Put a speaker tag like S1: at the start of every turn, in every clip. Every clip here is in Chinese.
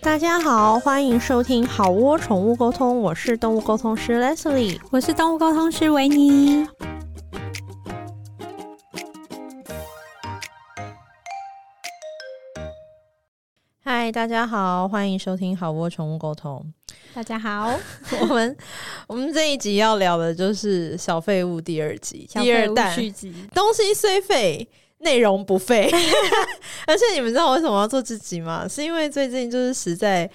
S1: 大家好，欢迎收听好窝宠物沟通，我是动物沟通师 Leslie。
S2: 我是动物沟通师维尼。
S1: 嗨，大家好，欢迎收听好窝宠物沟通。
S2: 大家好，
S1: 我们我们这一集要聊的就是小废物第二集，
S2: 小
S1: 第
S2: 废
S1: 二
S2: 物
S1: 弹，
S2: 续集，
S1: 东西虽废，内容不废。 而且你们知道我为什么要做自己吗？是因为最近就是实在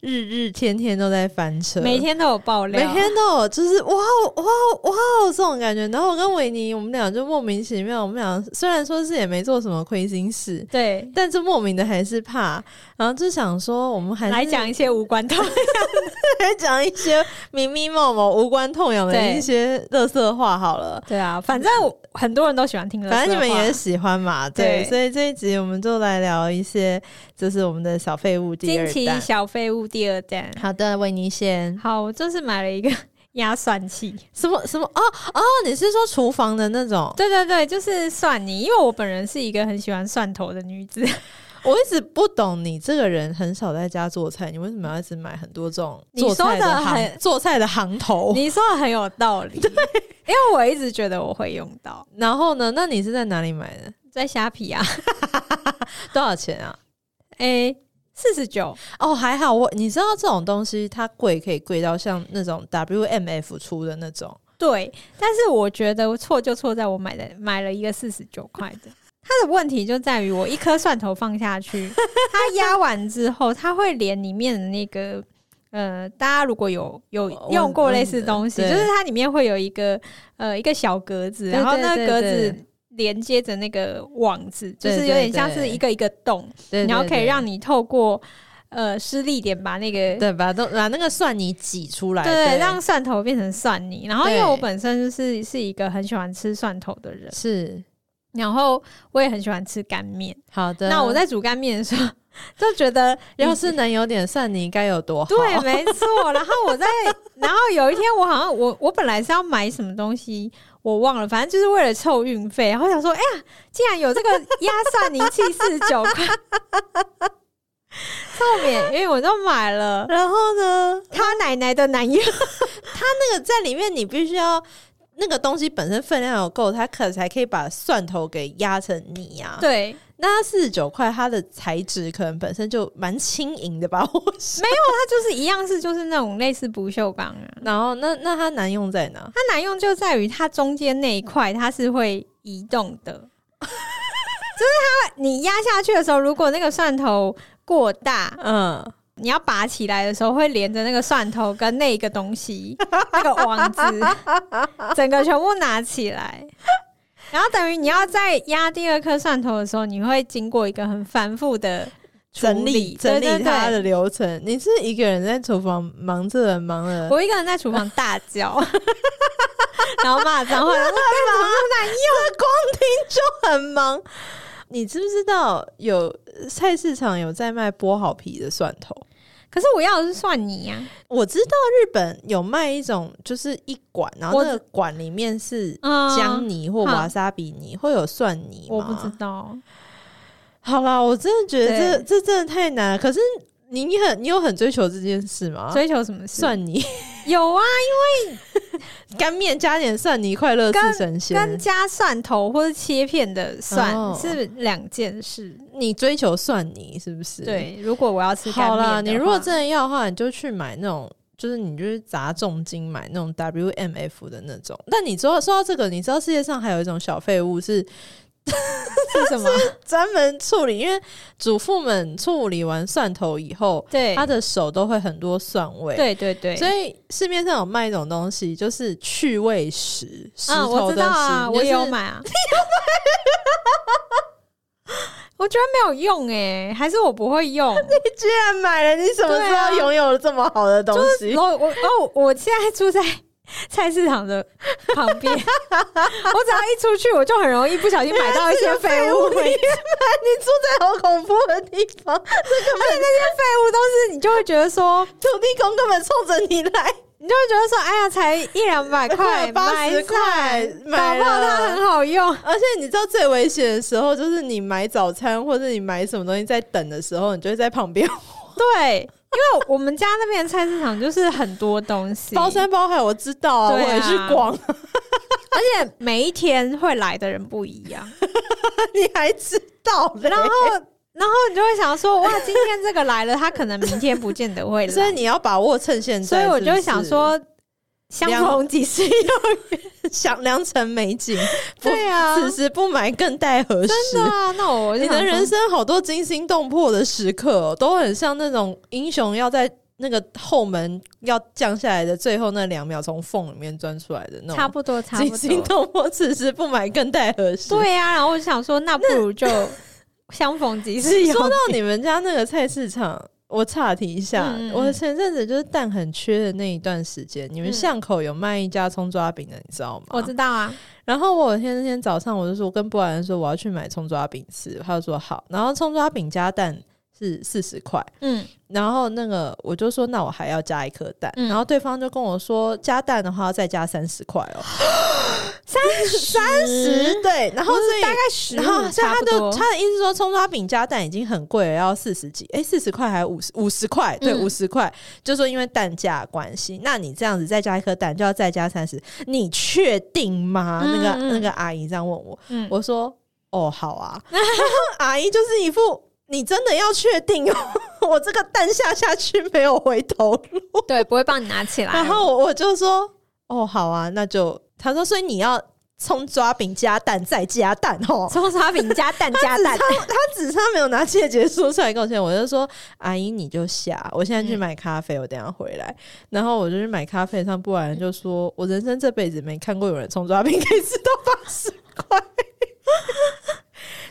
S1: 日日天天都在翻车，
S2: 每天都有爆
S1: 每
S2: 料，
S1: 天都有就是哇哦哇哦哇哦这种感觉。然后我跟维尼，我们俩就莫名其妙，我们俩虽然说是也没做什么亏心事。
S2: 对。
S1: 但是莫名的还是怕，然后就想说，我们还是
S2: 来讲一些无关痛，
S1: 来 讲一些明明某某无关痛痒的
S2: 对
S1: 一些乐色话好了。
S2: 对啊，反正我很多人都喜欢听垃圾话，
S1: 反正你们也喜欢嘛，对，
S2: 对
S1: 所以这一集我们就来聊一些，就是我们的小废物第
S2: 惊
S1: 二
S2: 奇
S1: 弹。
S2: 小废物第二弹。
S1: 好的，维尼先。
S2: 好，我就是买了一个压 蒜器，
S1: 什么什么？哦哦，你是说厨房的那种？
S2: 对对对，就是蒜泥，因为我本人是一个很喜欢蒜头的女子，
S1: 我一直不懂你这个人很少在家做菜，你为什么要一直买很多这种
S2: 你
S1: 做菜
S2: 说得
S1: 行
S2: 很
S1: 做菜的行头？
S2: 你说的很有道理，因为我一直觉得我会用到，
S1: 然后呢？那你是在哪里买的？
S2: 在虾皮啊，
S1: 多少钱啊？
S2: 哎、四十九，
S1: 哦，还好我，你知道这种东西它贵可以贵到像那种 WMF 出的那种，
S2: 对，但是我觉得错就错在我买的买了一个四十九块的，它的问题就在于我一颗蒜头放下去，它压完之后，它会连里面的那个呃，大家如果有有
S1: 我
S2: 用过类似东西，
S1: 对
S2: 就是它里面会有一个呃一个小格子，
S1: 对
S2: 然后那
S1: 对对
S2: 个格
S1: 对
S2: 子连接着那个网子，就
S1: 对
S2: 是
S1: 对
S2: 有点像
S1: 对
S2: 是一个一个洞，
S1: 对
S2: 然后
S1: 对
S2: 可以
S1: 对
S2: 让你透过呃施力点把那个
S1: 对，把都把那个蒜泥挤出来，
S2: 对，让蒜头变成蒜泥。然后，因为
S1: 对
S2: 我本身就是是一个很喜欢吃蒜头的人，
S1: 是
S2: 然后我也很喜欢吃干面。
S1: 好的。
S2: 那我在煮干面的时候，就 觉得
S1: 要是能有点蒜泥，该有多好。哦
S2: 对，没错。然后我在，然后有一天我好像我我本来是要买什么东西，我忘了，反正就是为了凑运费。然后想说，哎呀，竟然有这个压蒜泥器四十九块，后面因为我都买了。
S1: 然后呢，
S2: 他奶奶的 男友，
S1: 那个在里面你必须要那个东西本身分量有够，它可才可以把蒜头给压成泥啊。，
S2: 对，
S1: 那四十九块，它的材质可能本身就蛮轻盈的吧， 我想。
S2: 它就是一样是就是那种类似不锈钢啊，
S1: 然后那那它难用在哪？
S2: 它难用就在于它中间那一块它是会移动的， 就是它你压下去的时候，如果那个蒜头过大，
S1: 嗯，
S2: 你要拔起来的时候会连着那个蒜头跟那一个 东西那个网子，整个全部拿起来。然后等于你要在压第二颗蒜头的时候，你会经过一个很繁复的处
S1: 整理整
S2: 对
S1: 理
S2: 对
S1: 它的
S2: 对
S1: 流程。你是一个人在厨房忙 这个忙了，
S2: 我一个人在厨房大叫， 然后骂脏话，然后说干嘛？
S1: 就很忙。你知不知道有菜市场有在卖剥好皮的蒜头？
S2: 可是我要的是蒜泥啊呀、
S1: 我知道日本有卖一种，就是一管，然后
S2: 我
S1: 那个管里面是
S2: 嗯
S1: 姜泥或
S2: 好
S1: 瓦萨比泥，会有蒜泥
S2: 我不
S1: 吗
S2: 知道，
S1: 好啦，我真的觉得
S2: 对
S1: 这这真的太难了。可是你你很你有很追求这件事吗？
S2: 追啊求什么事
S1: 蒜泥
S2: 有啊，
S1: 干面加点蒜泥，快乐
S2: 跟
S1: 似神仙。
S2: 跟加蒜头或者切片的蒜、
S1: 哦
S2: 是两件事。
S1: 你追求蒜泥是不是？。
S2: 对，如果我要吃干
S1: 好
S2: 面的话，
S1: 啦，你如果真的要的话，你就去买那种，就是你就是砸重金买那种 WMF 的那种。但你知道说到这个，你知道世界上还有一种小废物是
S2: 是什么？
S1: 专门处理，因为主妇们处理完蒜头以后，
S2: 对
S1: 她，的手都会很多蒜味。。
S2: 对对对，
S1: 啊所以市面上有卖一种东西，就是去味石，石
S2: 啊，
S1: 头
S2: 我知
S1: 的石，
S2: 道啊，
S1: 你就
S2: 我
S1: 是
S2: 有。买啊。 我觉得没有用哎、还是我不会用。
S1: 你居然买了，你怎么知
S2: 对
S1: 道
S2: 啊
S1: 拥有了这么好的东西？
S2: 然后我哦，我现在住在菜市场的旁 边，我只要一出去，我就很容易不小心买到一些废物。
S1: 里面买， 你住在好恐怖的地方，
S2: 而且那些废物都是你就会觉得说，
S1: 土地公根本冲着你来，
S2: 你就会觉得说，哎呀，才一两百块，
S1: 八十块买
S2: 买菜，搞不好它
S1: 了。
S2: 很好用。
S1: 而且你知道最危险的时候，就是你买早餐或者你买什么东西在等的时候，你就会在旁边。
S2: 对，因为我们家那边的菜市场就是很多东西，
S1: 包山包海我知道啊，我
S2: 对啊
S1: 也去逛，
S2: 而且每一天会来的人不一样，
S1: 你还知道嘞？
S2: 然后然后你就会想说，哇，今天这个来了，他可能明天不见得会 来，
S1: 所以你要把握趁现在
S2: 所以我就
S1: 是
S2: 会
S1: 不是
S2: 想，说，相
S1: 两
S2: 逢几时有？
S1: 想良辰美景，不
S2: 对啊，
S1: 此时不买更待何时？
S2: 真的啊，那我就
S1: 你
S2: 想
S1: 的
S2: 说
S1: 人生好多惊心动魄的时刻哦、都很像那种英雄要在那个后门要降下来的最后那两秒，从缝里面钻出来的那
S2: 差
S1: 种
S2: 不多，差
S1: 惊
S2: 不
S1: 心
S2: 多。
S1: 动魄。此时不买更待何时？，
S2: 对呀、啊，然后我就想说，那不如就相逢 即时有。
S1: 说到啊你们家那个菜市
S2: 嗯
S1: 场，我岔题一下，
S2: 嗯嗯嗯
S1: 我前阵子就是蛋很缺的那一段时间，你们
S2: 嗯
S1: 巷口有卖一家葱抓饼的，你知道吗？
S2: 我知道啊，
S1: 然后我有一天那天早上，我就说我跟波兰说我要去买葱抓饼吃，他就说好。然后葱抓饼加蛋是四十块，
S2: 嗯，
S1: 然后那个我就说那我还要加一颗蛋，
S2: 嗯
S1: 然后对方就跟我说加蛋的话要再加三十块哦，
S2: 三三
S1: 十对，然后
S2: 不是
S1: 所以
S2: 大概十
S1: 然后
S2: 五
S1: 所以
S2: 差
S1: 他
S2: 不
S1: 就
S2: 多。
S1: 他的意思说葱抓饼加蛋已经很贵了，要四十几，哎，四十块还五十五十块，对，
S2: 嗯
S1: 五十块，就说因为蛋价的关系，那你这样子再加一颗蛋就要再加三十，你确定吗？那个
S2: 嗯嗯
S1: 那个阿姨这样问我，
S2: 嗯，
S1: 我说哦，好啊。 然后阿姨就是一副你真的要确定哦， 我这个蛋下下去没有回头路。
S2: 对，不会帮你拿起来。
S1: 然后我我就说哦，好啊，那就她说，所以你要葱抓饼加蛋再加蛋哦。
S2: 葱烧饼加 蛋加蛋，
S1: 她只差没有拿切结书出来跟我签，我就说阿姨你就下，我现在
S2: 嗯
S1: 去买咖啡，我等一下回来。然后我就去买咖啡，上不然就说我人生这辈子没看过有人葱抓饼可以吃到八十块。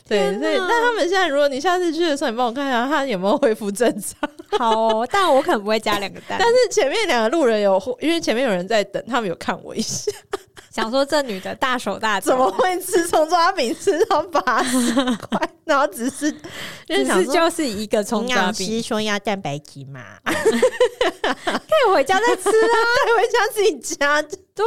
S1: 对，
S2: 天
S1: 所以
S2: 哪
S1: 那他们现在，如果你下次去的时候，你帮我看一下他有没有恢复正常。
S2: 好哦，但我可能不会加两个蛋
S1: 但。是前面两个路人有，因为前面有人在等，他们有看我一下，
S2: 想说这女的大手大脚，
S1: 怎么会吃葱抓饼吃到八十块？ 然后只是就
S2: 只
S1: 是想
S2: 是
S1: 说
S2: 就是一个葱抓饼，
S1: 说要蛋白质嘛， 啊
S2: 可以回家再吃 啊。
S1: 带回家自己加。
S2: 对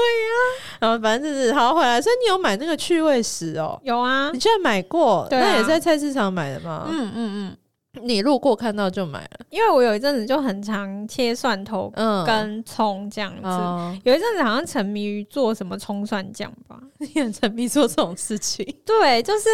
S1: 然后反正就是好回来，所以你有买那个趣味石哦，
S2: 有啊
S1: 你，居然买过？
S2: 对啊
S1: 那也在菜市场买的吗？
S2: 嗯嗯
S1: 你路过看到就买了。
S2: 嗯，因为我有一阵子就很常切蒜头
S1: 嗯，
S2: 跟葱这样子，
S1: 哦，
S2: 有一阵子好像沉迷于做什么葱蒜酱吧。
S1: 你很沉迷做这种事 情，
S2: 对，就是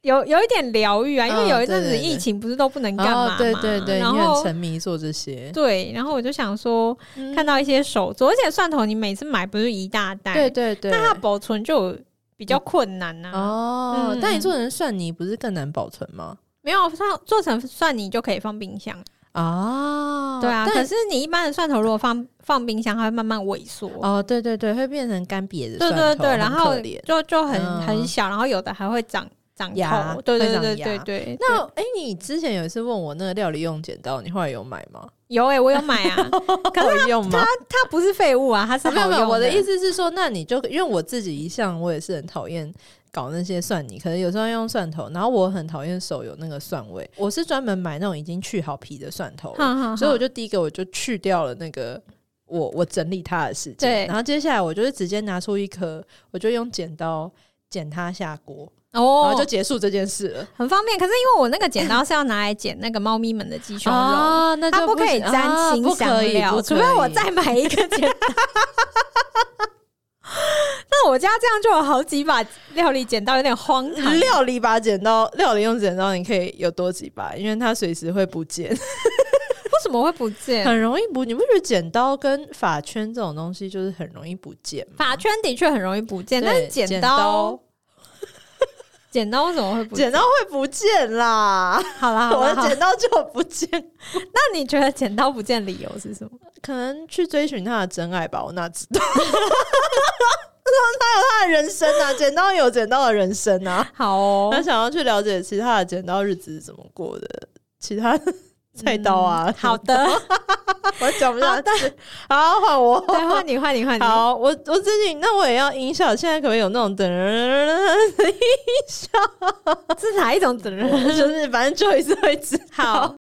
S2: 有有一点疗愈啊，因
S1: 嗯
S2: 为有一阵子
S1: 对对对
S2: 疫情不是都不能干嘛嘛、
S1: 哦对对对，
S2: 然
S1: 你很
S2: 后
S1: 沉迷做这些。
S2: 对，然后我就想说，
S1: 嗯
S2: 看到一些手作，而且蒜头你每次买不是一大袋，
S1: 对对对，
S2: 那它保存就有比较困难呐、
S1: 哦，
S2: 嗯
S1: 但你做成蒜泥不是更难保存吗？
S2: 没有蒜做成蒜泥就可以放冰箱，
S1: 啊，
S2: 对啊。可
S1: 但
S2: 是你一般的蒜头如果放放冰箱，它会慢慢萎缩。
S1: 哦，对对对，会变成干瘪的蒜
S2: 对
S1: 头，
S2: 对对，
S1: 很
S2: 然后
S1: 可怜
S2: 就就很、
S1: 嗯
S2: 很小，然后有的还会长长
S1: 牙
S2: 头，对
S1: 会
S2: 对
S1: 长
S2: 对
S1: 牙
S2: 对对。
S1: 那哎、你之前有一次问我那个料理用剪刀，你后来有买 吗？
S2: 有哎、我有买 啊，可是
S1: 是用吗？
S2: 它不是废物啊，它是
S1: 没有
S2: 好
S1: 没有，
S2: 用
S1: 我的
S2: 的
S1: 意思是说，那你就因为我自己一向我也是很讨厌搞那些蒜泥，可能有时候要用蒜头，然后我很讨厌手有那个蒜味，我是专门买那种已经去好皮的蒜头了
S2: 哼，哼
S1: 所以我
S2: 哼
S1: 就第一个我就去掉了那个我我整理它的时间，
S2: 对
S1: 然后接下来我就是直接拿出一颗，我就用剪刀剪它下锅，然后就
S2: 哦，
S1: 结束这件事了。
S2: 很方便。可是因为我那个剪刀是要拿来剪那个猫咪们的鸡胸肉，
S1: 啊，那
S2: 它
S1: 就不
S2: 可
S1: 行
S2: 以沾
S1: 啊
S2: 新
S1: 不
S2: 香
S1: 可以
S2: 料，
S1: 不
S2: 除
S1: 可
S2: 非我
S1: 以
S2: 再买一个剪刀。 那我家这样就有好几把料理剪刀，有点荒唐。
S1: 料理把剪刀，料理用剪刀，你可以有多几把，因为它随时会不见，
S2: 为什么会不见？
S1: 很容易不。你不觉得剪刀跟发圈这种东西就是很容易不见吗？
S2: 发圈的确很容易不见，
S1: 对
S2: 但是
S1: 剪
S2: 剪
S1: 刀
S2: 刀，剪刀为什么会不见？
S1: 剪刀会不见啦，
S2: 好啦好
S1: 我
S2: 啦，
S1: 的
S2: 好啦
S1: 剪刀就不见，
S2: 那你觉得剪刀不见理由是什么？
S1: 可能去追寻他的真爱吧，我哪知 道？他有他的人生啊，剪刀有剪刀的人生啊，
S2: 好哦，
S1: 他想要去了解其他的剪刀日子是怎么过的，其他的菜刀啊，
S2: 嗯好的，
S1: 我讲不下
S2: 好
S1: 去。好，换我。
S2: 对，换你，换你，换你。
S1: 好，我我最近那我也要音效，现在可不可以有那种 噔的音效？
S2: 这是哪一种 责任？
S1: 就是反正就一次会知道。
S2: 好，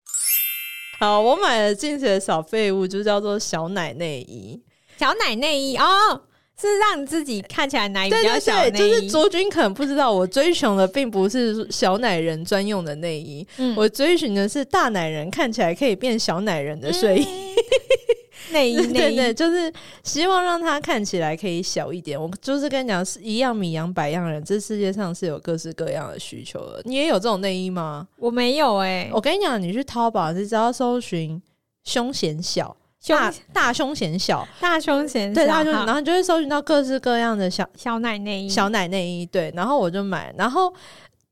S1: 好，我买了近期的小废物，就叫做小奶内衣。
S2: 小奶内衣哦，是是让自己看起来奶比
S1: 对
S2: 较
S1: 对
S2: 小
S1: 对，
S2: 的内
S1: 就是
S2: 衣。
S1: 卓君可能不知道，我追求的并不是小奶人专用的内衣，
S2: 嗯
S1: 我追寻的是大奶人看起来可以变小奶人的睡衣。
S2: 内衣内
S1: 对
S2: 衣，
S1: 对，就是希望让它看起来可以小一点。我就是跟你讲，是一样米养百样人，这世界上是有各式各样的需求的。你也有这种内衣吗？
S2: 我没有哎、
S1: 我跟你讲，你去淘宝，你只要搜寻胸显小。
S2: 胸
S1: 大大胸显小，
S2: 大胸前
S1: 对
S2: 小
S1: 大胸，
S2: 号
S1: 然后你就会搜寻到各式各样的小
S2: 小奶内衣，
S1: 小奶内衣，对，然后我就买，然后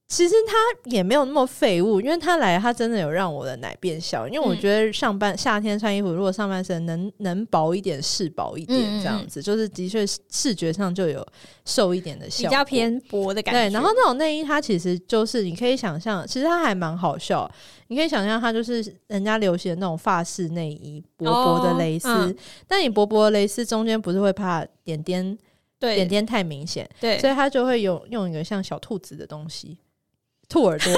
S1: 其实它也没有那么废物，因为它来它真的有让我的奶变小，因为我
S2: 嗯
S1: 觉得上半、夏天穿衣服，如果上半身能能薄一点是薄一点
S2: 嗯嗯嗯
S1: 这样子，就是的确视觉上就有瘦一点的
S2: 比
S1: 效果，
S2: 较偏薄的感觉。
S1: 对，然后那种内衣它其实就是你可以想象，其实它还蛮好笑。你可以想象它就是人家流行的那种法式内衣，薄薄的
S2: 哦
S1: 蕾丝。
S2: 嗯
S1: 但你薄薄的蕾丝中间不是会怕点点
S2: 对
S1: 点点太明显，
S2: 对，
S1: 所以它就会有用一个像小兔子的东西，兔 耳朵，就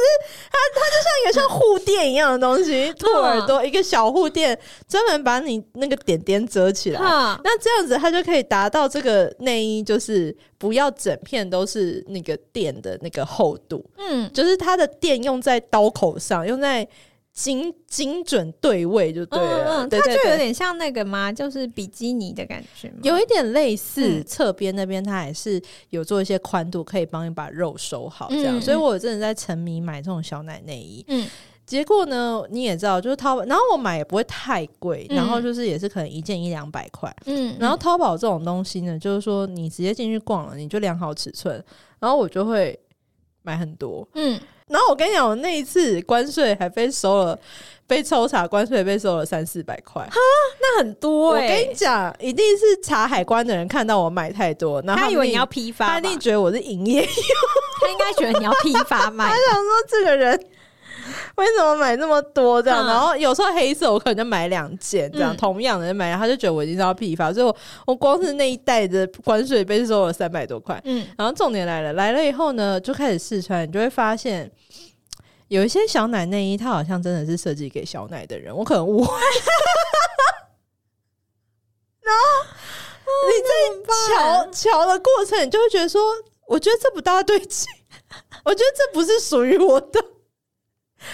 S1: 是它它就像一个像护垫一样的东西，
S2: 嗯
S1: 兔耳朵一个小护垫，专门把你那个点点遮起来。
S2: 哈
S1: 那这样子，它就可以达到这个内衣，就是不要整片都是那个垫的那个厚度，
S2: 嗯
S1: 就是它的垫用在刀口上，用在精精准对位就对了。
S2: 嗯嗯，
S1: 对
S2: 它
S1: 对
S2: 就有
S1: 对
S2: 点像那个嘛，就是比基尼的感觉嘛。
S1: 有一点类似，
S2: 嗯
S1: 侧边那边它还是有做一些宽度，可以帮你把肉收好这样。
S2: 嗯
S1: 所以我真的在沉迷买这种小奶内衣。
S2: 嗯
S1: 结果呢，你也知道，就是淘宝，然后我买也不会太贵，
S2: 嗯
S1: 然后就是也是可能一件一两百块。
S2: 嗯
S1: 然后淘宝这种东西呢，就是说你直接进去逛了，你就量好尺寸，然后我就会买很多。
S2: 嗯，
S1: 然后我跟你讲，我那一次关税还被收了，被抽查关税被收了三四百块。
S2: 那很多
S1: 我
S2: 哎、
S1: 跟你讲，一定是查海关的人看到我买太多，然后
S2: 他以
S1: 们
S2: 为你
S1: 一
S2: 要批
S1: 他
S2: 发
S1: 一
S2: 吧，
S1: 定觉得我是营 业。
S2: 他应该觉得你要批发 卖。
S1: 想说这个人为什么买那么多这样？
S2: 嗯
S1: 然后有时候黑色我可能就买两件这样，
S2: 嗯
S1: 同样的买，然后他就觉得我已经是要批发，所以我我光是那一袋的关税被收了三百多块。
S2: 嗯，
S1: 然后重点来了，来了以后呢，就开始试穿，你就会发现有一些小奶内衣，它好像真的是设计给小奶的人，我可能误会。
S2: 哦
S1: 然后你在瞧瞧的过程，你就会觉得说，我觉得这不大对劲，我觉得这不是属于我的。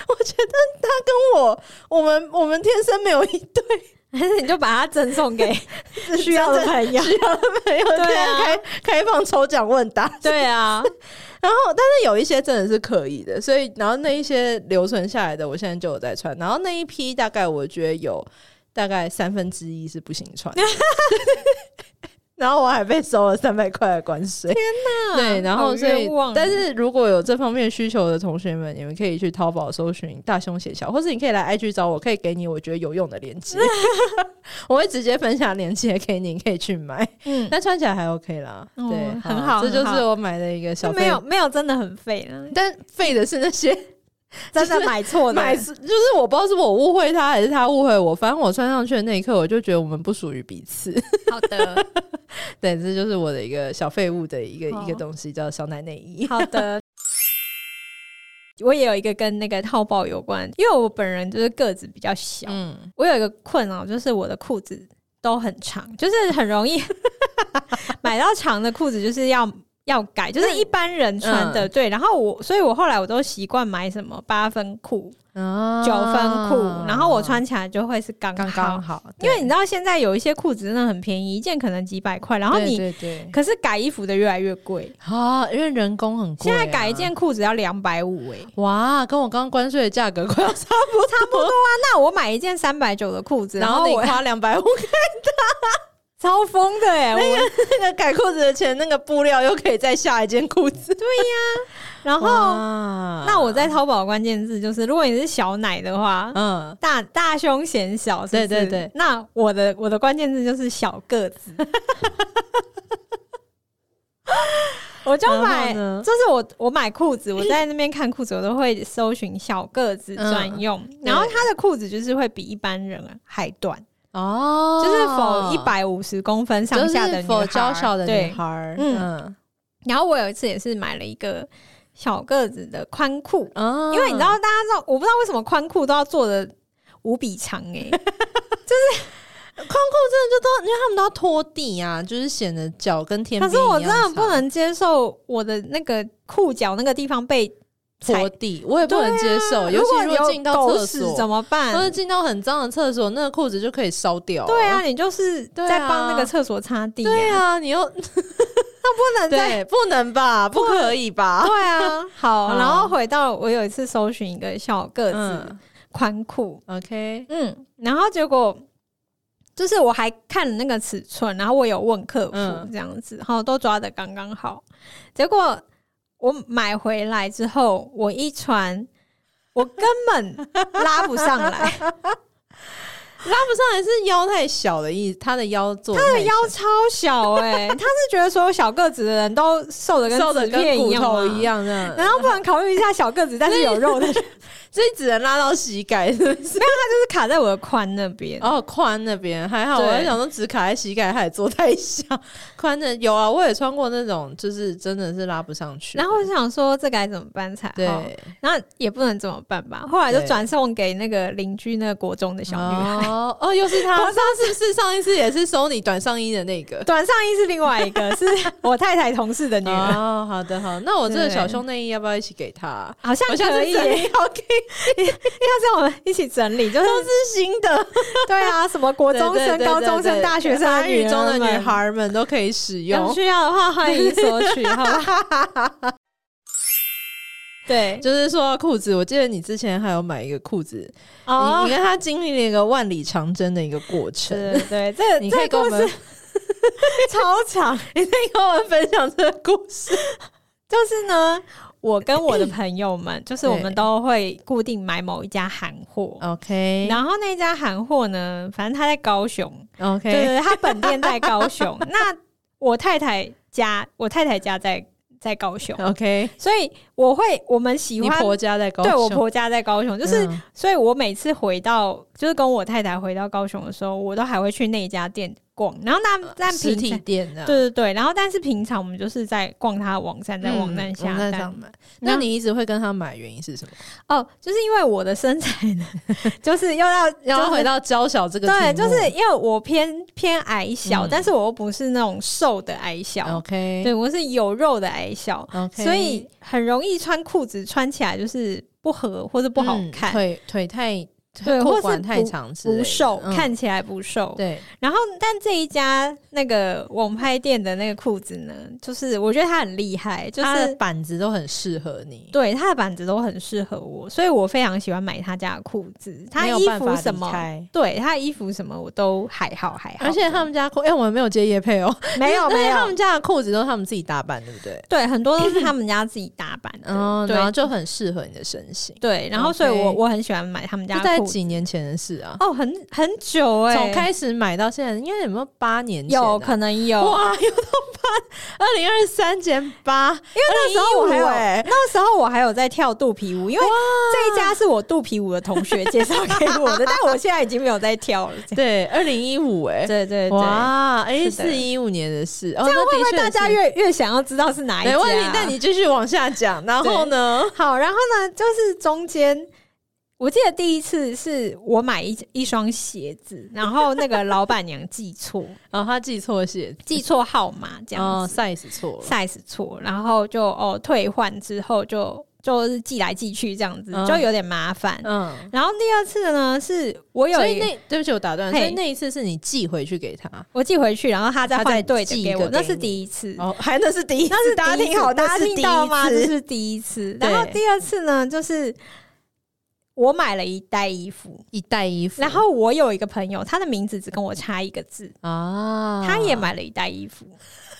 S1: 我觉得他跟我，我们我们天生没有一对，
S2: 还 是你就把它赠送 给需要的朋友。
S1: 需要的朋友，
S2: 对啊
S1: 这样开开放抽奖问答，
S2: 对 啊，
S1: 然后，但是有一些真的是可以的，所以然后那一些留存下来的，我现在就有在穿。然后那一批大概我觉得有大概三分之一是不行 穿的，然后我还被收了三百块的关税。对，然后
S2: 嗯啊好
S1: 所以
S2: 冤枉，
S1: 但是如果有这方面需求的同学们，你们可以去淘宝搜寻“大胸写小”，或是你可以来 IG 找我，可以给你我觉得有用的链 接，我会直接分享链接给你，你可以去买。
S2: 嗯，
S1: 但穿起来还 OK 啦，
S2: 哦
S1: 对，
S2: 很好
S1: 这就
S2: 很好
S1: 是我买的一个小
S2: 就没
S1: 费
S2: 有没有真的很废了，
S1: 但废的是那 些
S2: 真的 买错的
S1: 买，就是我不知道是我误会他还是他误会我，反正我穿上去的那一刻，我就觉得我们不属于彼此。
S2: 好的，
S1: 对，这就是我的一个小废物的一个、
S2: 哦
S1: 一个东西，叫小奶内衣。
S2: 好的。我也有一个跟那个淘宝有关，因为我本人就是个子比较小，
S1: 嗯，
S2: 我有一个困扰，就是我的裤子都很长，就是很容易 买到长的裤子，就是要 要改，就是一般人穿的、对。然后我，所以我后来我都习惯买什么八分裤、
S1: 啊
S2: 九分裤，然后我穿起来就会是刚
S1: 刚刚
S2: 好。
S1: 好，
S2: 因为你知道现在有一些裤子真的很便宜，一件可能几百块，然
S1: 然
S2: 后你
S1: 对对对
S2: 可是改衣服的越来越贵，
S1: 啊，因为人工很贵、啊
S2: 现在改一。件裤子要两百五哎，
S1: 哇，跟我刚刚关税的价格快要差哦不 多，差不多。
S2: 啊那我买一件三百九的裤子，
S1: 然
S2: 然
S1: 后
S2: 后
S1: 你
S2: 我
S1: 花两百五，
S2: 超疯的
S1: 欸
S2: 哎、我
S1: 那个改裤子的钱，那个布料又可以再下一件裤 子。
S2: 然后
S1: 哇
S2: 那我在淘宝的关键字就是，如果你是小奶的话，
S1: 嗯，
S2: 大大胸显小是不是，
S1: 对对对。
S2: 那我的我的关键字就是小个 子，我就买，
S1: 然后呢
S2: 就是我我买裤子，我在那边看裤子，我都会搜寻小个子
S1: 嗯
S2: 专用，然后它的裤子就是会比一般人啊还短，
S1: 哦，
S2: 就是否一百五十公分上下的女
S1: 否
S2: 孩
S1: 娇小的女
S2: 对。
S1: 孩儿，嗯
S2: 嗯然后我有一次也是买了一个小个子的宽裤，
S1: 啊
S2: 因为你知道，大欸家知道，我不知道为什么宽裤都要做的无比长
S1: 矿库
S2: 哎、
S1: 真的就都，因为他们都要拖地啊，就是显得脚跟天。
S2: 可是我真的不能接受我的那个裤脚那个地方被踩
S1: 拖地，我也不能接受。
S2: 啊
S1: 尤其如
S2: 如
S1: 果
S2: 果
S1: 进到
S2: 有
S1: 厕
S2: 狗屎
S1: 所，
S2: 怎么
S1: 或者
S2: 办？
S1: 进到很脏的厕所，那个裤子就可以烧掉、
S2: 对啊，，你就是
S1: 对啊
S2: 在帮那个厕所擦地、
S1: 对
S2: 啊，
S1: 啊，你又
S2: 不能再。
S1: 对，不能吧？不可以吧？
S2: 对啊，好，
S1: 好
S2: 然后回到我有一次搜寻一个小个子
S1: 嗯
S2: 宽裤，
S1: ，OK，
S2: 嗯，然后结果就是我还看了那个尺寸，然后我有问客服
S1: 嗯
S2: 这样子，然后都抓的刚刚好。结果我买回来之后，我一穿，我根本拉不上来，
S1: 拉不上来是腰太小的意思，他的腰做他的
S2: 腰超小 哎、他是觉得所有小个子的人都瘦的跟
S1: 瘦的
S2: 纸片
S1: 跟骨头
S2: 吗
S1: 一。样这样，
S2: 难道不能考虑一下小个子但是有 肉的人，就
S1: 所以只能拉到膝盖，是不是？
S2: 是卡在我的髋那边？
S1: 哦，髋那边还好，我
S2: 对
S1: 在想说只卡在膝盖，它也做太小。髋的有啊，我也穿过那种，就是真的是拉不上去。
S2: 然后我就想说这该怎么办才好？
S1: 对，
S2: 那也不能怎么办吧？后来就
S1: 对
S2: 转送给那个邻居那个国中的小女孩。
S1: 哦哦，又是他，他是不是上一次也是收你短上衣的那个？
S2: 短上衣是另外 一个，是我太太同事的女儿，
S1: 哦，好的好，那我这个
S2: 对
S1: 小胸内衣要不要一起给他？
S2: 好像
S1: 我下
S2: 可
S1: 次
S2: 以
S1: 整
S2: 耶。
S1: 理好 给，
S2: 下次我们一起整理，就 是
S1: 都是新的
S2: 对啊，什么国中
S1: 对
S2: 生、
S1: 对对
S2: 高中
S1: 对
S2: 生、
S1: 对
S2: 大学生、
S1: 发育中的女
S2: 儿们，
S1: 孩们都可以使
S2: 有
S1: 用。
S2: 需要的话欢迎索取，好吧？ 对，
S1: 就是说到裤子，我记得你之前还有买一个裤子，你
S2: 哦
S1: 你，跟他经历了一个万里长征的一个过程。
S2: 对对对，这
S1: 你
S2: 个
S1: 可以
S2: 这
S1: 跟
S2: 个
S1: 我
S2: 故
S1: 们
S2: 事超长，
S1: 你可以 跟我们分享这个故事。
S2: 就是呢，我跟 我的朋友们，就是我
S1: 对哦
S2: 们都会固定买某一家韩货，
S1: OK
S2: 然后那家韩货呢，反正他在高雄，对
S1: OK，
S2: 对，对他本店在 高雄。那我太太家，我太太家在在高雄，
S1: OK，
S2: 所以我会我们喜
S1: 哦你
S2: 欢。
S1: 婆家在高雄，
S2: 对我婆家在高雄，就是、
S1: 嗯
S2: 所以，我每次回到就是跟我太太回到高雄的时候，我都还会去那一家店逛。然后那但
S1: 呃实
S2: 平
S1: 体
S2: 常
S1: 店啊的，
S2: 对对对，然后但是平常我们就是在逛他的网站，在
S1: 嗯
S2: 网站下
S1: 网
S2: 单。
S1: 站上买。那你一直会跟他买，原因是什么？
S2: 哦，就是因为我的身材呢， 就是又 要
S1: 然后
S2: 就是
S1: 回到娇小这个题
S2: 对，
S1: 目，
S2: 就是因为我偏偏矮小，
S1: 嗯
S2: 但是我又不是那种瘦的矮小，
S1: OK，
S2: 对我是有肉的矮小
S1: OK，
S2: 所以很容易穿裤子穿起来就是不合或者不好
S1: 嗯
S2: 看，
S1: 腿腿太
S2: 对
S1: 裤
S2: 或是
S1: 管太
S2: 不
S1: 长之类
S2: 不
S1: 的
S2: 瘦，
S1: 嗯
S2: 看起来不瘦。
S1: 对
S2: 然后，但这一家那个网拍店的那个裤子呢，就是我觉得它很厉害，就
S1: 它的
S2: 是。
S1: 板子都很适合你，
S2: 对它的板子都很适合我，所以我非常喜欢买他家的裤子。他
S1: 没有
S2: 衣
S1: 办法
S2: 服什
S1: 离
S2: 么，
S1: 开
S2: 对他衣服什么我都还好还好。
S1: 而且他们家裤，哎，我们没有接叶配哦，
S2: 没 有
S1: 但是
S2: 没有，
S1: 他们家的裤子都是他们自己搭版，对不对？
S2: 对，很多 都是他们家自己打版的，
S1: 嗯，
S2: 对
S1: 然后就很适合你的身形，
S2: 对，然后
S1: OK
S2: 所以我我很喜欢买他们
S1: 就
S2: 家
S1: 在
S2: 的裤子
S1: 几年前的事啊。
S2: 哦，很很久哎、
S1: 从开始买到现在，应该有没有八年前啊、
S2: 有可能有，
S1: 哇， 有到八，二零二三减八，因为
S2: 那时候我还有
S1: 哎，
S2: 那时候我还有在跳肚皮舞，因为
S1: 哇
S2: 这一家是我肚皮舞的同学介绍给 我的，但我现在已经没有在跳了。这样
S1: 对，二零一五哎，
S2: 对对对，
S1: 哇，哎，
S2: 是的
S1: 四一五年的事，哦，
S2: 这样会
S1: 那的
S2: 不会
S1: 确
S2: 大家
S1: 是
S2: 越越想要知道是哪一家？啊
S1: 没问题？那你继续往下讲，然后呢？
S2: 好，然后呢，就是中间。我记得第一次是我买一一双鞋子，然后那个老板娘记错，
S1: 哦，他记错鞋，
S2: 记错号码这样
S1: 哦
S2: 子、
S1: size 错了，
S2: size 错，然后就哦退换之后就就是寄来寄去这样子，
S1: 嗯
S2: 就有点麻烦。
S1: 嗯。
S2: 然后第二次呢，是我有
S1: 所以
S2: 一
S1: 那对不起，我打断。所
S2: 嘿
S1: 以那一次是你寄回去给他，
S2: 我寄回去，然后他再
S1: 他再
S2: 换对
S1: 寄
S2: 的
S1: 一
S2: 给
S1: 个
S2: 我，那
S1: 给
S2: 是
S1: 你
S2: 第一次。
S1: 哦，还那是第一次，
S2: 那是
S1: 大家
S2: 第一
S1: 听
S2: 次
S1: 好，大
S2: 大
S1: 家
S2: 家
S1: 听
S2: 听到
S1: 这
S2: 吗？这
S1: 是
S2: 是第一次。然后
S1: 对
S2: 第二次呢，就是我买了一袋衣服，
S1: 一袋衣服，
S2: 然后我有一个朋友，他的名字只跟我差一个字，
S1: 啊，
S2: 他也买了一袋衣服。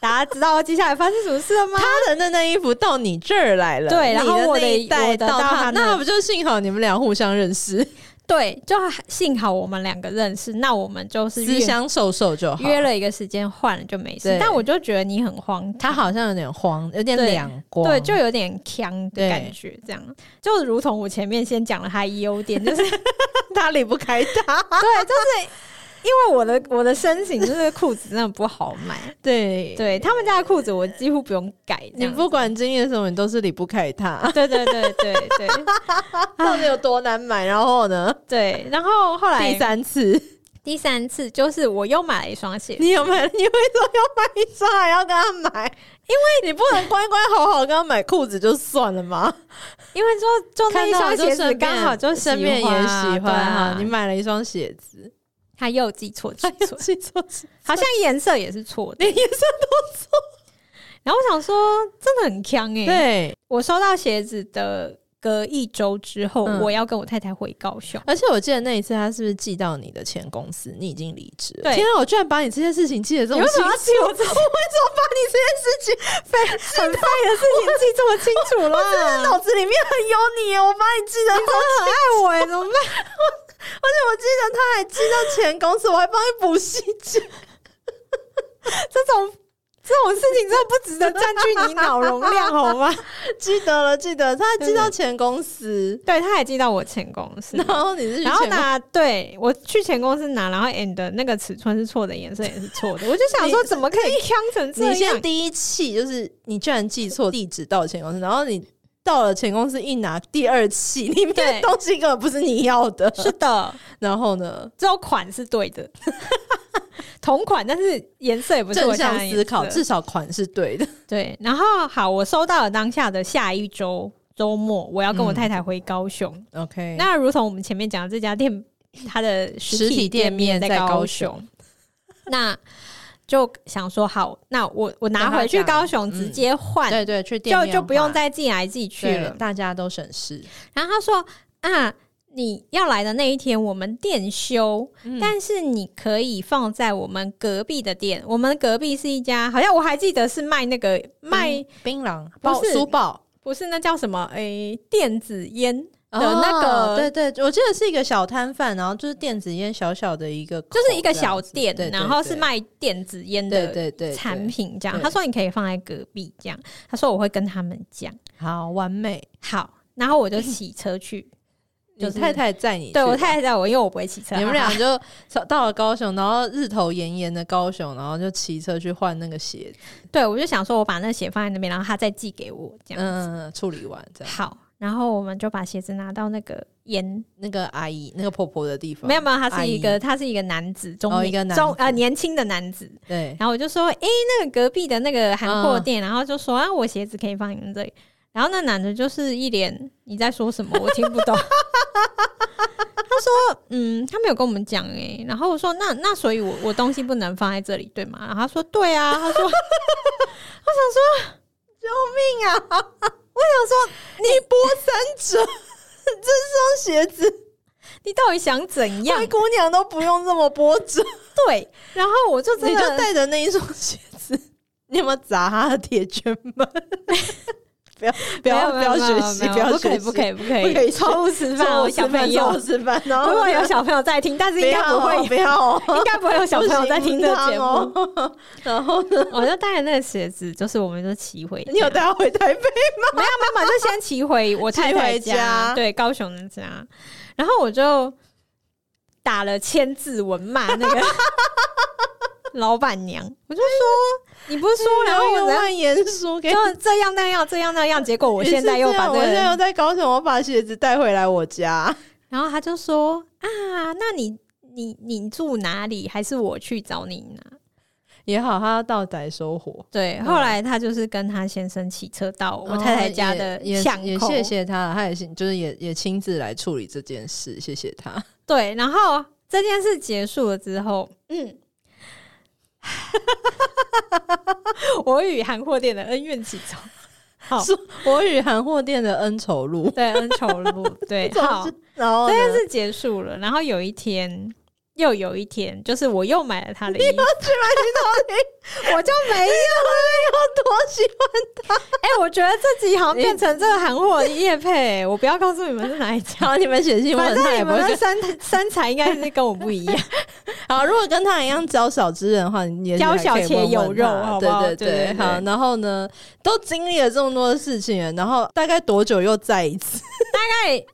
S2: 大家知道接下来发生什么事了吗？
S1: 他的那那衣服到你这儿来了，
S2: 对然后
S1: 你的
S2: 我
S1: 那
S2: 的
S1: 一袋
S2: 我的到
S1: 他，
S2: 他那
S1: 那不就幸好你们俩互相认识，
S2: 对，就幸好我们两个认识，那我们就是
S1: 私
S2: 约
S1: 相授受就好。
S2: 约了一个时间换了就没事
S1: 对。
S2: 但我就觉得你很荒
S1: 他
S2: 唐，
S1: 好像有点慌，有点
S2: 对
S1: 两光，
S2: 对，就有点强的感
S1: 对
S2: 觉，这样就如同我前面先讲了他的优 点，就是对，
S1: 他离不开他。
S2: 就是因为我的我的身形就是裤子真的不好买，
S1: 对，
S2: 对他们家的裤子我几乎不用改，这
S1: 你
S2: 样
S1: 不管经历什么，你都是离不开 他。
S2: 对对对对对
S1: 到底有多难买？然后呢？
S2: 对，然后后来
S1: 第三次，
S2: 第三次就是我又买了一双鞋子，
S1: 你有买？你为什么要买一双还要跟他买？因为你不能乖乖好好跟他买裤子就算了 吗？
S2: 因为就就那
S1: 看
S2: 一
S1: 到
S2: 双
S1: 就顺
S2: 鞋子
S1: 便
S2: 刚好就
S1: 身边也喜欢哈，，
S2: 啊
S1: 你买了一双鞋子，
S2: 他又记错记错，
S1: 记错记错
S2: 好像颜色也是错的。
S1: 你也是
S2: 然后我想说，真的很强哎、
S1: 对，
S2: 我收到鞋子的隔一周之后，
S1: 嗯
S2: 我要跟我太太回高雄。
S1: 而且我记得那一次他是不是寄到你的前公司？你已经离职了。
S2: 对
S1: 天啊，我居然把你这些事情记得这么
S2: 你为
S1: 清
S2: 什
S1: 楚！我
S2: 么要
S1: 为
S2: 记我这
S1: 什么把你这件事情
S2: 很废的事情记这么清楚啦，
S1: 我真的脑子里面很有你耶，我把你记得好，
S2: 很爱
S1: 哎
S2: 我耶，怎么办？
S1: 而且我记得他还寄到前公司，我还帮你补细节。
S2: 这种这种事情真的不值得占据你脑容量，好吗？
S1: 记得了，记得，他还寄到前公司，
S2: 对，他还寄到我前公司
S1: 然，后你是去
S2: 然后
S1: 前公
S2: 拿对我去前公司拿，然后 and 的那个尺寸是错的，颜色也是错的，我就想说
S1: 你
S2: 怎么可以呛成这
S1: 你先
S2: 样？
S1: 第一气就是你居然记错地址到前公司，然后你到了前公司一拿第二气，里面的
S2: 对
S1: 东西根本不是你要的。
S2: 是的，
S1: 然后呢，
S2: 只有款是对的， 同款，但是颜色也不是
S1: 正
S2: 我想
S1: 向
S2: 的颜
S1: 思考，
S2: 色
S1: 至少款是对的。
S2: 对。然后好，我收到了当下的下一周周末，我要跟我
S1: 嗯
S2: 太太回高雄。
S1: OK，
S2: 那如同我们前面讲的，这 家店它的实
S1: 实体
S2: 体
S1: 店
S2: 店
S1: 面
S2: 面在
S1: 在高
S2: 高雄， 那就想说好，那我我拿
S1: 跟他
S2: 回去
S1: 讲
S2: 高雄
S1: 嗯
S2: 直接换，
S1: 对对，去店
S2: 就
S1: 面
S2: 就不用
S1: 化
S2: 再寄来寄去
S1: 对
S2: 了。
S1: 大家都省事。
S2: 然后他说啊，你要来的那一天我们店休，
S1: 嗯
S2: 但是你可以放在我们隔壁的店。我们隔壁是一家，好像我还记得是卖那个
S1: 嗯
S2: 卖、
S1: 槟榔包
S2: 是
S1: 书包
S2: 不是那叫什么诶、电子烟。
S1: 的
S2: 那个
S1: 哦对对，我记得是一个小摊贩，然后就是电子烟小小的一哦个口这
S2: 就
S1: 样子，
S2: 是一个小店，
S1: 对对
S2: 然后是
S1: 对
S2: 卖电子烟
S1: 对
S2: 的
S1: 对对
S2: 产。
S1: 对
S2: 品这样。
S1: 对
S2: 他说你可以放在隔壁这样，他说我会跟他们讲。
S1: 好完美，
S2: 好，然后我就骑车去，就
S1: 你
S2: 是
S1: 太太载嗯 你
S2: 对
S1: 去
S2: 我
S1: 吧
S2: 太太在我，因为我不会骑 车。
S1: 你们
S2: 哈
S1: 俩
S2: 哈
S1: 就从到了高雄，然后日头炎炎的高雄，然后就骑车去换那个鞋子，
S2: 对我就想说，我把那鞋放在那边，然后他再寄给我这样。
S1: 嗯，处理完这样。
S2: 好，然后我们就把鞋子拿到那个烟，
S1: 那个阿姨，那个婆婆的地方，
S2: 没有没有，他
S1: 阿
S2: 是
S1: 姨
S2: 一个他是一个男子，中
S1: 哦
S2: 年
S1: 一个男
S2: 中
S1: 子
S2: 呃年轻的男子。
S1: 对，
S2: 然后我就说，诶，那个隔壁的那个韩货
S1: 嗯
S2: 店，然后就说啊，我鞋子可以放你们这里。然后那男的就是一脸你在说什么，我听不懂。 他说，嗯，他没有跟我们讲诶。然后我说，那那所以我我东西不能放在这里对吗？然后他说，对啊。他说，我想 说，
S1: 命 啊！我想说，你波三折，这双鞋子，
S2: 你到底想怎样
S1: 灰？姑娘都不用这么波折，
S2: 对。然后我就 真
S1: 你就
S2: 的
S1: 带着那一双鞋子，你有没有砸她的铁圈门？ 不要不
S2: 没
S1: 要
S2: 有
S1: 不
S2: 没有
S1: 要
S2: 没
S1: 学
S2: 有
S1: 习，
S2: 没有
S1: 不要
S2: 不可
S1: 学
S2: 以
S1: 习，
S2: 不可以不可
S1: 不可以
S2: 以，中午吃饭
S1: 中
S2: 哦，
S1: 午
S2: 小
S1: 吃饭，
S2: 朋
S1: 中
S2: 友
S1: 午。吃饭， 然后
S2: 如果有小朋友在听，但是应该哦不会有
S1: 不要哦，
S2: 应该不会有哦小朋友在听这 个节目。
S1: 目。哦 然后呢，
S2: 我就带着那个鞋子，就是我们就骑回家。
S1: 你有带他回台北？
S2: 没有没有，就先骑回我太太
S1: 骑回家
S2: 对高雄的家。然后我就打了千字文骂那 个老板娘，我就说你不是说，然后我
S1: 用
S2: 然
S1: 万言说给你。
S2: 后这样那样这样那样，结果我现在又把
S1: 也啊是这样
S2: 这
S1: 我现在又
S2: 个，
S1: 在高雄，我把鞋子带回来我家。
S2: 然后他就说啊，那你你你住哪里？还是我去找你拿？
S1: 也好，他要到宅收获。
S2: 对，
S1: 嗯
S2: 后来他就是跟他先生骑车到我太太家的
S1: 也也
S2: 巷口，
S1: 也谢谢他，他也是就是也也亲自来处理这件事，谢谢他。
S2: 对，然后这件事结束了之后，嗯， 我与韩货店的恩怨情 仇，好，
S1: 是 我与韩货店的恩仇 录，
S2: 对恩仇录，对，好，
S1: 总之然后
S2: 这
S1: 呢
S2: 件事结束了。然后有一天，又有一天，就是我又买了他的衣服，我就没有。
S1: 有多喜
S2: 哎、我觉得自己好像变成这个韩货的叶配、我不要告诉你们是哪一家。
S1: 欢？好，你们写信
S2: 反
S1: 问他
S2: 正
S1: 也
S2: 你
S1: 不会
S2: 们
S1: 跟
S2: 的身身材应该是跟我不一样，
S1: 好，如果跟他一样娇小之人的话，你也许还可以
S2: 娇小且
S1: 问问
S2: 有肉
S1: 他
S2: 好不
S1: 对
S2: 好
S1: 对
S2: 对对对
S1: 好。然后呢，都经历了这么多的事情了，然后大概多久又再一次？
S2: 在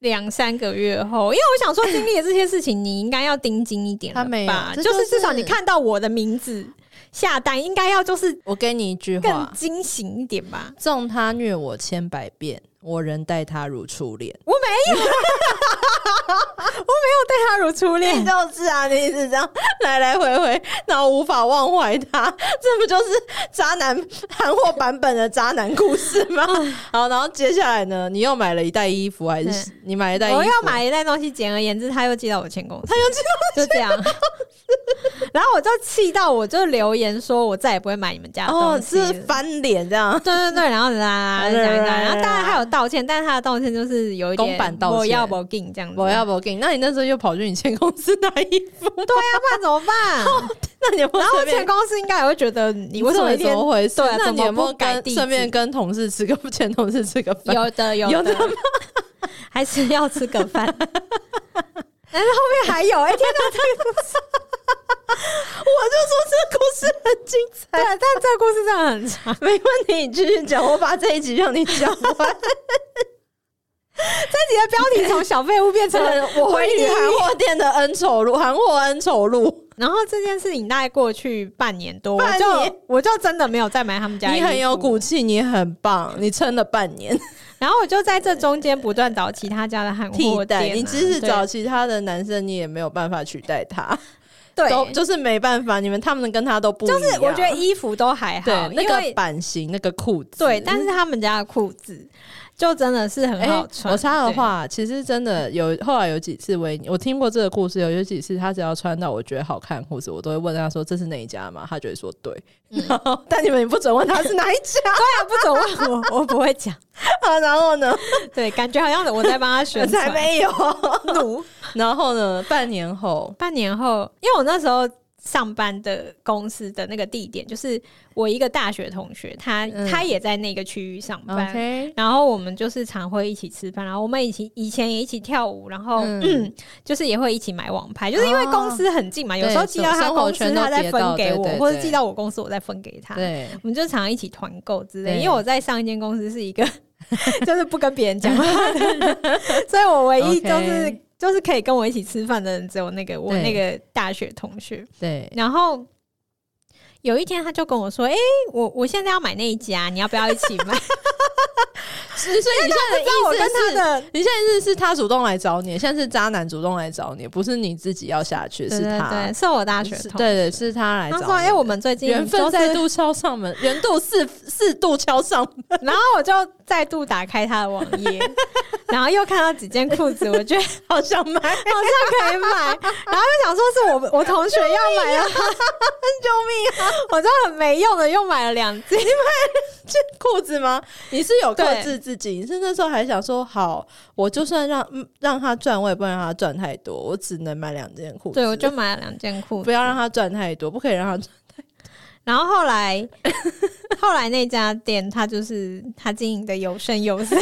S2: 两三个月后，因为我想说，经历了这些事情，你应该要盯紧一点了吧
S1: 他没有这
S2: 就
S1: 就是
S2: 是至少你看到我的名字，下单，应该要就是
S1: 我给你一句
S2: 更
S1: 话：
S2: 惊醒一点吧。
S1: 纵他虐我千百遍，我仍待他如初恋。
S2: 我没有，我没有对他如 初
S1: 你
S2: 恋。
S1: 就是啊，你一直这样来来回回，然后无法忘怀他， 这不就是渣男韩货版本的渣男故事吗？ 好，然后接下来呢，你又买了一袋衣服，还是你买了一袋衣服？
S2: 我要买一袋东西，简而言之，他又寄到我前公司，他
S1: 又
S2: 寄到，就这样。 然后我就气到，我就留言说，我再也不会买你们家的
S1: 哦，
S2: 东西
S1: 是
S2: 了。
S1: 翻脸这样。
S2: 对对对，然后啦啦啦
S1: 对对
S2: 讲一
S1: 对
S2: 讲，
S1: 对
S2: 然后当然
S1: 对
S2: 他有道歉，但是他的道歉就是有一点
S1: 公版道歉
S2: 我要不进这样子，
S1: 我要不给你？那你那时候又跑去你前公司拿衣服，
S2: 对啊，不 然怎么办？
S1: 那你有没有
S2: 然 后
S1: 顺
S2: 前
S1: 便？
S2: 公司应该也会觉得你为什么一
S1: 这怎
S2: 天
S1: 么回事？
S2: 对啊
S1: 那
S2: 怎
S1: 你有
S2: 么
S1: 没
S2: 不
S1: 有
S2: 改
S1: 跟
S2: 地址
S1: 顺便跟同事吃个 前同事吃个饭？
S2: 有的有的
S1: 有的
S2: 还是要吃个饭。 但是后面还有，哎、天 哪，
S1: 我就说这故事很精彩。
S2: 对，但这个故事真的很长。
S1: 没问题，你继续讲，我把这一集让你讲 完。
S2: 这集的标题从小废物变 成了
S1: 我回你韩货店的恩仇录，韩货恩仇录，
S2: 然后这件事情大概过去半年多，
S1: 半年
S2: 我就我就真的没有再买他们家。
S1: 你很有。骨气，你很棒，你撑了半年。
S2: 然后我就在这中间不断找其他家的韩
S1: 替
S2: 货店啊、
S1: 代你，即使
S2: 对
S1: 找其他的男生，你也没有办法取代他，
S2: 对，
S1: 都就是没办法，你们他们跟他都不一样。
S2: 就是我觉得衣服都还好，
S1: 对
S2: 因
S1: 那个
S2: 为
S1: 版型、那个裤子，
S2: 对，但是他们家的裤子就真的是很
S1: 哎、
S2: 好穿。
S1: 我插的
S2: 对，
S1: 话，其实真的有后来有几次维尼，我听过这个故事，有有几次他只要穿到我觉得好看的裤子，我都会问他说这是哪一家嘛，他就会说对。
S2: 嗯
S1: 然后但你们也不准问他是哪一家
S2: 他不准问我，我不会讲。
S1: 啊， 然后呢，
S2: 对，感觉好像我在帮他宣
S1: 才
S2: 传。
S1: 没有。
S2: 努
S1: 然后呢，半年后，
S2: 半年后，因为我那时候上班的公司的那个地点，就是我一个大学同学，他、
S1: 嗯
S2: 他也在那个区域上班。
S1: OK，
S2: 然后我们就是常会一起吃饭，然后我们以前以前也一起跳舞，然后、
S1: 嗯
S2: 就是也会一起买网拍，就是因为
S1: 哦
S2: 公司很近嘛，有
S1: 对
S2: 时候寄到他
S1: 生活
S2: 公司，
S1: 圈都
S2: 他再
S1: 叠
S2: 分
S1: 到
S2: 给
S1: 对
S2: 我
S1: 对，
S2: 或者
S1: 对
S2: 寄到我公司，我再分给他。
S1: 对，
S2: 我们就常常一起团购之类，
S1: 对
S2: 因为我在上一间公司是 一个就是不跟别人讲话的 人，所以我唯一就是
S1: OK
S2: 就是可以跟我一起吃饭的人只有那个我
S1: 对
S2: 那个大学同学。
S1: 对，
S2: 然后有一天他就跟我说：“哎、我我现在要买那一家，你要不要一起买？”
S1: 所以你现在的
S2: 但我跟他
S1: 的。
S2: 的
S1: 你现在是是他主动来找你，现在是渣男主动来找你，不是你自己要下去，
S2: 对
S1: 是
S2: 对对，
S1: 他，
S2: 是我大学
S1: 是
S2: 同
S1: 对对，是他来
S2: 他
S1: 找你。
S2: 说：“哎、我们最近
S1: 缘
S2: 都
S1: 分
S2: 是
S1: 再度敲上门，缘度四四度敲上门，
S2: 然后我就再度打开他的网 页，然后又看到几件裤子，我觉得
S1: 好想买，
S2: 好像可以买，然后就想说是我我同学要买了，
S1: 啊
S2: 救命、啊！我就很没用的又买了两件，
S1: 这裤子吗？你是有克
S2: 对
S1: 制自己，你是那时候还想说，好，我就算让嗯让他赚，我也不能让他赚太多，我只能买两件裤子。
S2: 对我就买了两件裤
S1: 不
S2: 子。
S1: 要让他赚太多，不可以让他 赚。
S2: 然后后 来后来那家店他就是他经营的有声有色，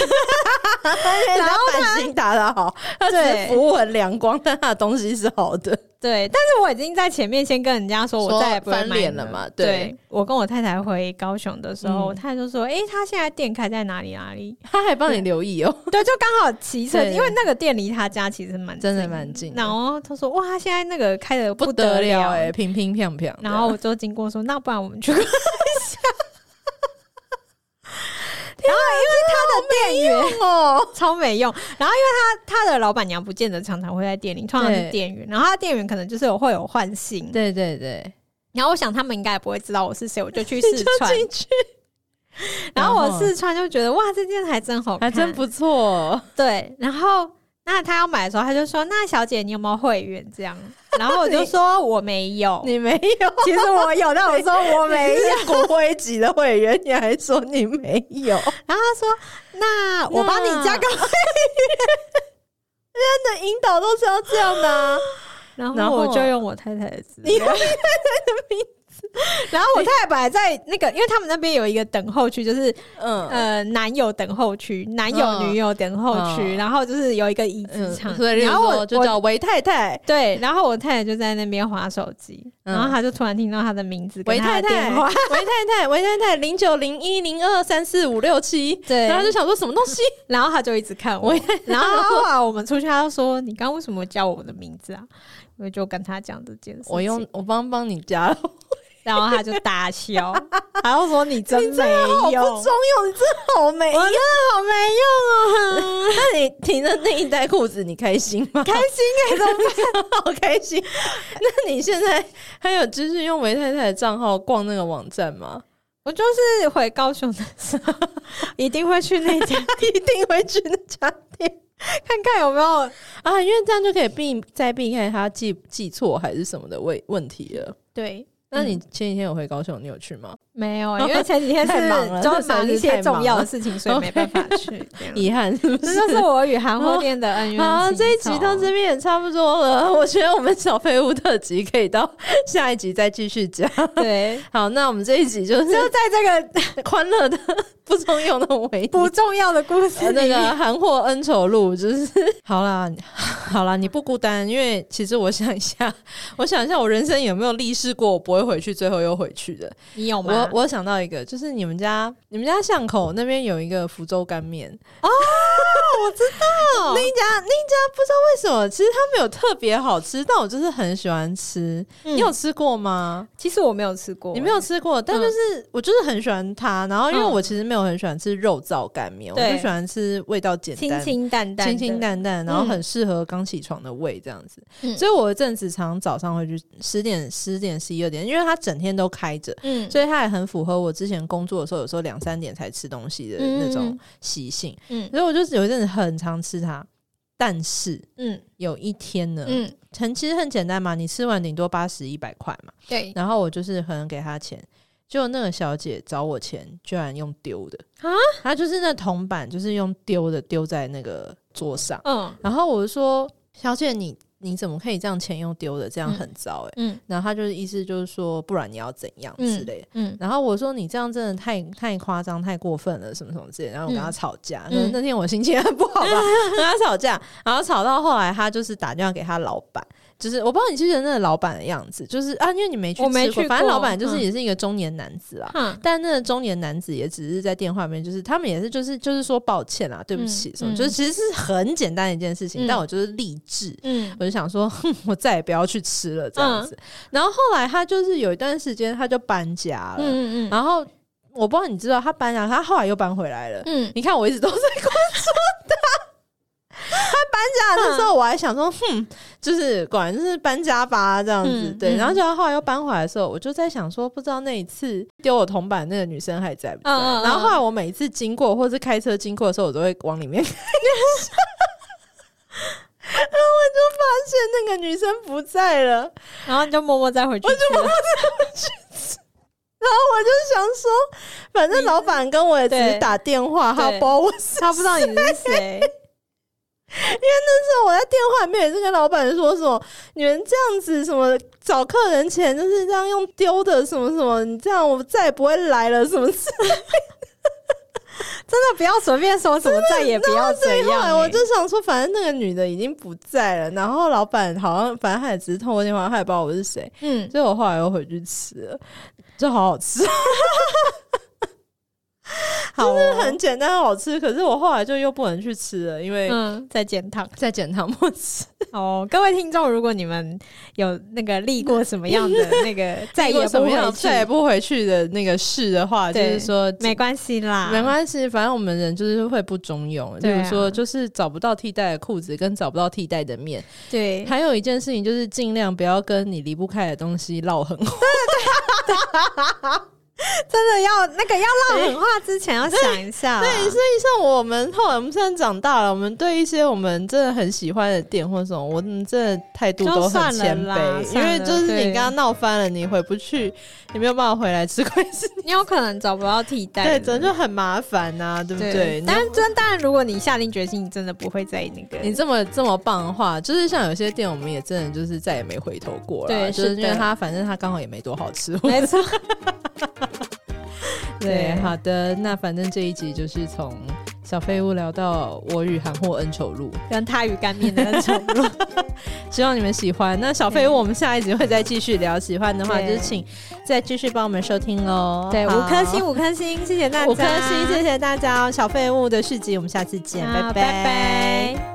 S2: 哎
S1: 然后版型打得好，他只
S2: 对
S1: 是服务很两光，但他的东西是好 的。
S2: 对，但是我已经在前面先跟人家说我
S1: 说
S2: 再也不会
S1: 翻
S2: 买
S1: 脸
S2: 你
S1: 了
S2: 们
S1: 嘛
S2: 对
S1: 对
S2: 我跟我太太回高雄的时候，
S1: 嗯
S2: 我太太就说：“哎、他现在店开在哪里哪里？”
S1: 他还帮你留意哦，
S2: 对，就刚好骑车，
S1: 对
S2: 因为那个店离他家其实 蛮
S1: 真的蛮近的
S2: 然后他说：“哇，他现在那个开的
S1: 不
S2: 得
S1: 得了哎，平平 平平。
S2: 然后我就经过说：“那不然我们去看一下。” 然
S1: 啊
S2: 后因为他的店员
S1: 哦，
S2: 超没用，然后因为他他的老板娘不见得常常会在店里，通常是
S1: 对
S2: 店员，然后他店员可能就是有会有换新，
S1: 对对对，
S2: 然后我想他们应该也不会知道我是谁， 我就去
S1: 你
S2: 试
S1: 就
S2: 穿，
S1: 进去，
S2: 然后
S1: 然
S2: 我
S1: 后
S2: 试穿就觉得哇，这件还真好看，
S1: 还真不错。哦
S2: 对，然后那他要买的时候，他就说：“那小姐，你有没有会员？”这 样，然后我就说：“我没有。
S1: 你没有，”
S2: 其实我有，但我说我没有。
S1: 有骨灰级的会员，你还说你没有？
S2: 然后他说：“那我帮你加个。
S1: 真的引导都是要这样的、啊，”
S2: 然
S1: 然
S2: 后
S1: 后
S2: 我就用我太太的 资
S1: 你
S2: 料。然后我太太本来在那个，因为他们那边有一个等候区，就是
S1: 嗯。
S2: 呃男友等候区、男友
S1: 嗯
S2: 女友等候区，
S1: 嗯
S2: 然后就是有一个椅子
S1: 嗯，
S2: 场。
S1: 所以
S2: 然
S1: 然
S2: 后
S1: 后
S2: 我
S1: 就
S2: 我
S1: 叫韦太太，
S2: 对，然后我太太就在那边划手机，
S1: 嗯
S2: 然后她就突然听到她的名字跟
S1: 韦
S2: 她
S1: 太
S2: 的
S1: 太，
S2: 电 话
S1: 韦，太太，韦太太，零九零一零二三四五六七，
S2: 对
S1: 然后就想说什么东 西，
S2: 然后他就一直看我
S1: 我，
S2: 然后后来我们出去，他就说：“你刚刚为什么叫我的名字啊？”我就跟他讲这件事情，
S1: 我用我帮帮你加了，
S2: 然后他就 大笑，然后说你真
S1: 你
S2: 没
S1: 好不中
S2: 用，
S1: 用，你真的好没用
S2: 我真。的好没用啊！
S1: 哦 那你停的那一袋裤子，你开心吗？
S2: 开心哎、怎么
S1: 好开心！那你现在还有就是用维太太的账号逛那个网站吗？
S2: 我就是回高雄的时候，一定会去那家
S1: 一定会去那家店
S2: 看看有没有。
S1: 啊，因为这样就可以避再避开他记记错还是什么的问问题了。
S2: 对，
S1: 那你前几天有回高雄，你有去吗？
S2: 没有，欸因为前几天
S1: 太
S2: 是
S1: 忙了
S2: 都
S1: 这实在
S2: 忙一
S1: 是太
S2: 些重
S1: 忙
S2: 要的
S1: 了
S2: 事情，所以没办法去。这 样
S1: 遗 憾是不
S2: 这
S1: 是？
S2: 就是我与韩货店的恩怨情仇。
S1: 好，这一集
S2: 啊
S1: 到这边也差不多了。 我觉得我们小废物特辑可以到下一集再继续 讲。
S2: 对，
S1: 好，那我们这一集就
S2: 就是在这 个
S1: 欢乐的不中用的维度。
S2: 不重要的故
S1: 呃
S2: 事
S1: 那
S2: 里面，
S1: 个韩货恩仇录，就是 好啦，好啦，你不孤单，因为其实我想一下， 我想一下，我人生有没有历试过我不会回去，最后又回去的？
S2: 你有
S1: 我我想到一个，就是你们家你们家巷口那边有一个福州干面哦，我知道那一家那一家不知道为什么，其实它没有特别好吃，但我就是很喜欢吃。
S2: 嗯
S1: 你有吃过吗？
S2: 其实我没有吃过，
S1: 你没有吃过，但
S2: 嗯
S1: 就是、我就是很喜欢它。然后因为
S2: 嗯
S1: 我其实没有很喜欢吃肉燥干面，我
S2: 对
S1: 就喜欢吃味道简
S2: 清
S1: 单、
S2: 清淡淡，
S1: 清清，淡淡，然后很适合刚起床的胃这样子。
S2: 嗯
S1: 所以我有阵子常早上会去十点、十点、十一二点，因为它整天都开着，
S2: 嗯
S1: 所以它也很符合我之前工作的时候，有时候两三点才吃东西的那
S2: 嗯嗯
S1: 种
S2: 嗯
S1: 习性。
S2: 嗯
S1: 所以我就是有一阵子很常吃它，但是
S2: 嗯
S1: 有一天呢，
S2: 嗯，
S1: 很其实很简单嘛，你吃完顶多八十一百块嘛。
S2: 对
S1: 然后我就是可能给他钱，结果那个小姐找我钱，居然用丢的
S2: 啊！
S1: 她就是那铜板，就是用丢的丢在那个桌上。
S2: 嗯
S1: 然后我就说：“小姐你，你怎么可以这样钱用丢的？这样很糟哎、欸
S2: 嗯
S1: 然后她就是意思就是说，不然你要怎样之类的。
S2: 嗯
S1: 然后我说你这样真的太太夸张、太过分了，什么什么之类的。然后我跟他
S2: 嗯
S1: 吵架，
S2: 嗯
S1: 那、那天我心情很不好吧， 跟他吵架，然后吵到后来，他就是打电话给他老板，就是我不知道你记不记得那个老板的样子，就是啊，因为你没去
S2: 我没
S1: 吃过
S2: 去
S1: 反正
S2: 过
S1: 老板就是
S2: 嗯
S1: 也是一个中年男子啊啦。
S2: 哼
S1: 但那个中年男子也只是在电话里面，就是他们也是就是就是说抱歉啊，对不起
S2: 嗯
S1: 什么，
S2: 嗯
S1: 就是其实是很简单的一件事情，
S2: 嗯
S1: 但我就是励志，
S2: 嗯
S1: 我就想说，哼，我再也不要去吃了这样子。然后后来他就是有一段时间他就搬家了，
S2: 嗯嗯
S1: 然后我不知道你知道他搬家，他后来又搬回来了。
S2: 嗯
S1: 你看我一直都在关注他。他搬家的时候，
S2: 嗯
S1: 我还想说，哼，就是果然就是搬家吧这样子。
S2: 嗯
S1: 对，
S2: 嗯
S1: 然后就后来又搬回来的时候，我就在想说，不知道那一次丢我铜板那个女生还在不在？
S2: 嗯嗯嗯
S1: 然后后来我每一次经过或是开车经过的时候，我都会往里面看一下。然后我就发现那个女生不在了。
S2: 然后你就默默再回去吃了，
S1: 然后我就想说，反正老板跟我也只是
S2: 对
S1: 打电话，他不知
S2: 对
S1: 道我是
S2: 他不知道你是谁，
S1: 那时候我在电话里面也是跟老板说什么，你们这样子什么找客人钱就是这样用丢的什么什么，你这样我再也不会来了什么事。
S2: 真的不要随便说什么，再也不要这
S1: 后
S2: 样欸。
S1: 来我就想说，反正那个女的已经不在了，然后老板好像反正他也只是通过电话，他也不知道我是谁，
S2: 嗯，
S1: 所以我后来又回去吃了，就好好吃，
S2: 好
S1: 就是
S2: 哦，
S1: 很简单好吃。可是我后来就又不能去吃了，因为
S2: 嗯，再见汤。
S1: 在减糖不吃。
S2: 哦，各位听众，如果你们有那个历过什么样的那个再
S1: 如
S2: 也
S1: 果什
S2: 不
S1: 么样
S2: 回
S1: 再也
S2: 去，
S1: 不回去的那个事的话，就
S2: 对
S1: 是说
S2: 没关系啦，
S1: 没关系，反正我们人就是会不中用。比
S2: 对啊
S1: 如说，就是找不到替代的裤子，跟找不到替代的面。
S2: 对，
S1: 还有一件事情就是，尽量不要跟你离不开的东西唠很 话。
S2: 真的要那个要唠狠话之前要想一下啦，
S1: 对，所以像我们后来我们现在长大了，我们对一些我们真的很喜欢的店或什么，我们真的态度都
S2: 就
S1: 很
S2: 算
S1: 谦
S2: 了
S1: 卑，
S2: 啦
S1: 因
S2: 算
S1: 为
S2: 了
S1: 就是你
S2: 对
S1: 跟他闹翻了，你回不去，你没有办法回来吃亏是。
S2: 你有可能找不到替 代
S1: 对，
S2: 的，
S1: 真的就很麻烦呐、对不对？
S2: 对。但是真当然，如果你下定决心，你真的不会在意那个，
S1: 你这么这么棒的话，就是像有些店，我们也真的就是再也没回头过了。
S2: 对
S1: 就是
S2: 是
S1: 因
S2: 的
S1: 为它反正它刚好也没多好 吃。
S2: 没错，
S1: 对，
S2: 对
S1: 好的，那反正这一集就是从小废物聊到我与韩货恩仇录，
S2: 跟他鱼干面的那种路，
S1: 希望你们喜欢。那小废物，我们下一集会再继续聊，喜欢的话就
S2: 对
S1: 是请再继续帮我们收听喽。
S2: 对，
S1: 好
S2: 五颗星，。五颗星，谢谢大家，
S1: 五颗星，谢谢大家哦！小废物的续集，我们下次见，拜
S2: 好拜拜